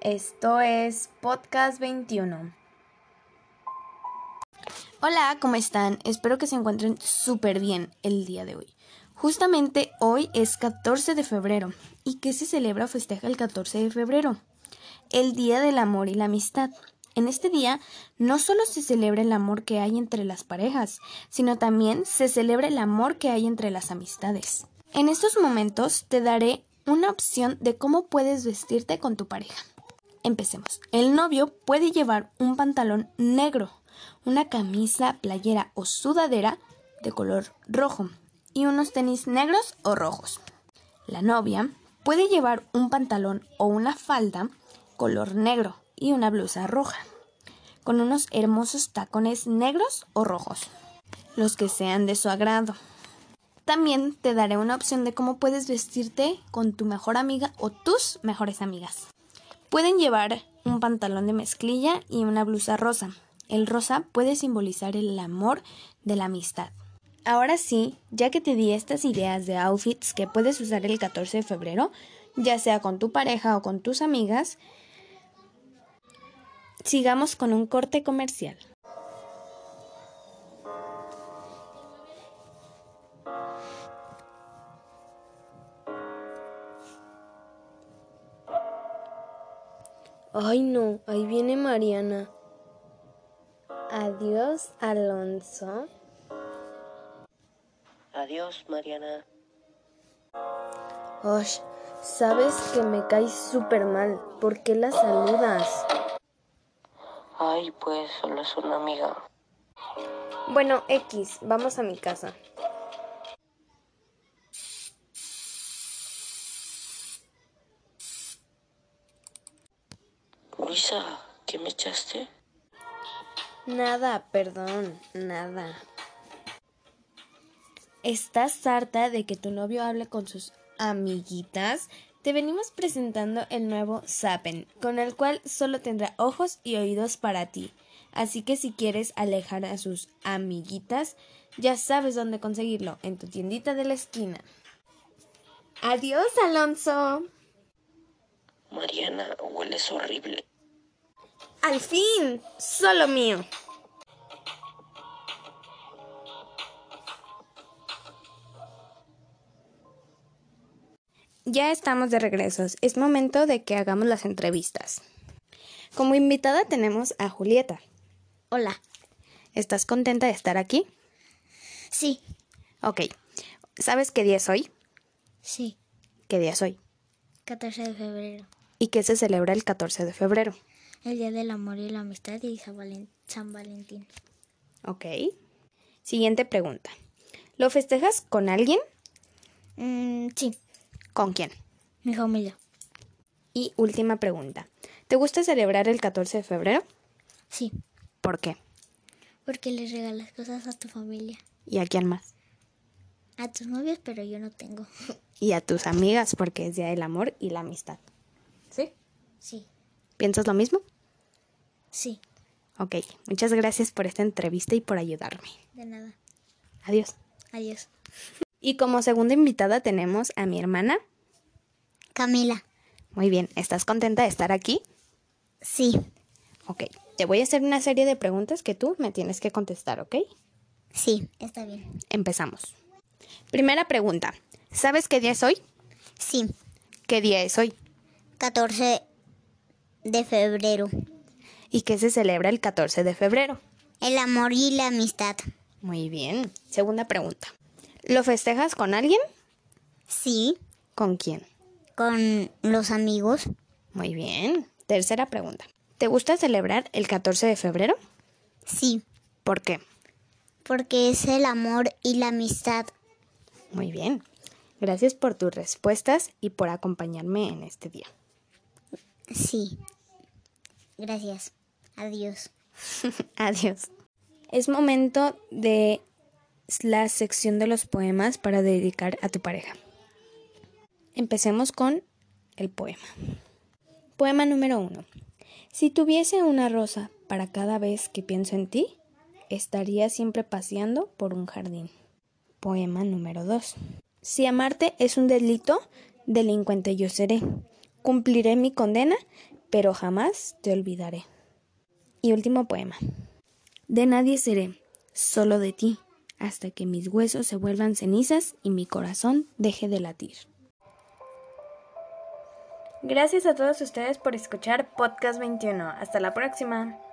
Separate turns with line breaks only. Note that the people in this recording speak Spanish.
Esto es Podcast 21.
Hola, ¿cómo están? Espero que se encuentren súper bien el día de hoy. Justamente hoy es 14 de febrero. ¿Y qué se celebra o festeja el 14 de febrero? El Día del Amor y la Amistad. En este día no solo se celebra el amor que hay entre las parejas, sino también se celebra el amor que hay entre las amistades. En estos momentos te daré una opción de cómo puedes vestirte con tu pareja. Empecemos. El novio puede llevar un pantalón negro, una camisa, playera o sudadera de color rojo y unos tenis negros o rojos. La novia puede llevar un pantalón o una falda color negro y una blusa roja, con unos hermosos tacones negros o rojos, los que sean de su agrado. También te daré una opción de cómo puedes vestirte con tu mejor amiga o tus mejores amigas. Pueden llevar un pantalón de mezclilla y una blusa rosa. El rosa puede simbolizar el amor de la amistad. Ahora sí, ya que te di estas ideas de outfits que puedes usar el 14 de febrero, ya sea con tu pareja o con tus amigas, sigamos con un corte comercial.
Ay no, ahí viene Mariana.
Adiós, Alonso.
Adiós, Mariana.
Osh, sabes que me caes súper mal. ¿Por qué la saludas?
Ay, pues solo es una amiga.
Bueno, X, vamos a mi casa.
Luisa, ¿qué me echaste?
Nada, perdón, nada.
¿Estás harta de que tu novio hable con sus amiguitas? Te venimos presentando el nuevo Zappen, con el cual solo tendrá ojos y oídos para ti. Así que si quieres alejar a sus amiguitas, ya sabes dónde conseguirlo, en tu tiendita de la esquina.
Adiós, Alonso.
Mariana, hueles horrible.
Al fin, solo mío.
Ya estamos de regresos. Es momento de que hagamos las entrevistas. Como invitada tenemos a Julieta.
Hola.
¿Estás contenta de estar aquí?
Sí,
Ok. ¿Sabes qué día es hoy?
sí.
¿Qué día es hoy?
14 de febrero.
¿Y qué se celebra el 14 de febrero?
El Día del Amor y la Amistad y San Valen- San Valentín.
Ok. Siguiente pregunta. ¿Lo festejas con alguien?
Mm, sí,
¿Con quién?
mi familia.
Y última pregunta. ¿Te gusta celebrar el 14 de febrero?
Sí,
¿Por qué?
porque les regalas cosas a tu familia.
¿Y a quién más?
A tus novios, pero yo no tengo.
Y a tus amigas porque es Día del Amor y la Amistad. ¿Sí?
Sí,
¿Piensas lo mismo?
sí,
Ok. Muchas gracias por esta entrevista y por ayudarme.
de nada.
Adiós.
Adiós.
Y como segunda invitada tenemos a mi hermana.
Camila.
Muy bien, ¿estás contenta de estar aquí?
Sí,
Ok, te voy a hacer una serie de preguntas que tú me tienes que contestar, ¿ok?
sí. Está bien.
Empezamos. Primera pregunta, ¿sabes qué día es hoy?
Sí,
¿Qué día es hoy?
14 de febrero.
¿Y qué se celebra el 14 de febrero?
El amor y la amistad.
Muy bien. Segunda pregunta, ¿lo festejas con alguien?
Sí,
¿Con quién?
con los amigos.
Muy bien. Tercera pregunta, ¿te gusta celebrar el 14 de febrero?
Sí,
¿Por qué?
porque es el amor y la amistad.
Muy bien. Gracias por tus respuestas y por acompañarme en este día.
Sí. Gracias. Adiós.
Adiós. Es momento de la sección de los poemas para dedicar a tu pareja. Empecemos con el poema. Poema número uno. Si tuviese una rosa para cada vez que pienso en ti, estaría siempre paseando por un jardín. Poema número 2. Si amarte es un delito, delincuente yo seré. Cumpliré mi condena pero jamás te olvidaré. Y último poema. De nadie seré, solo de ti, hasta que mis huesos se vuelvan cenizas y mi corazón deje de latir.
Gracias a todos ustedes por escuchar Podcast 21. Hasta la próxima.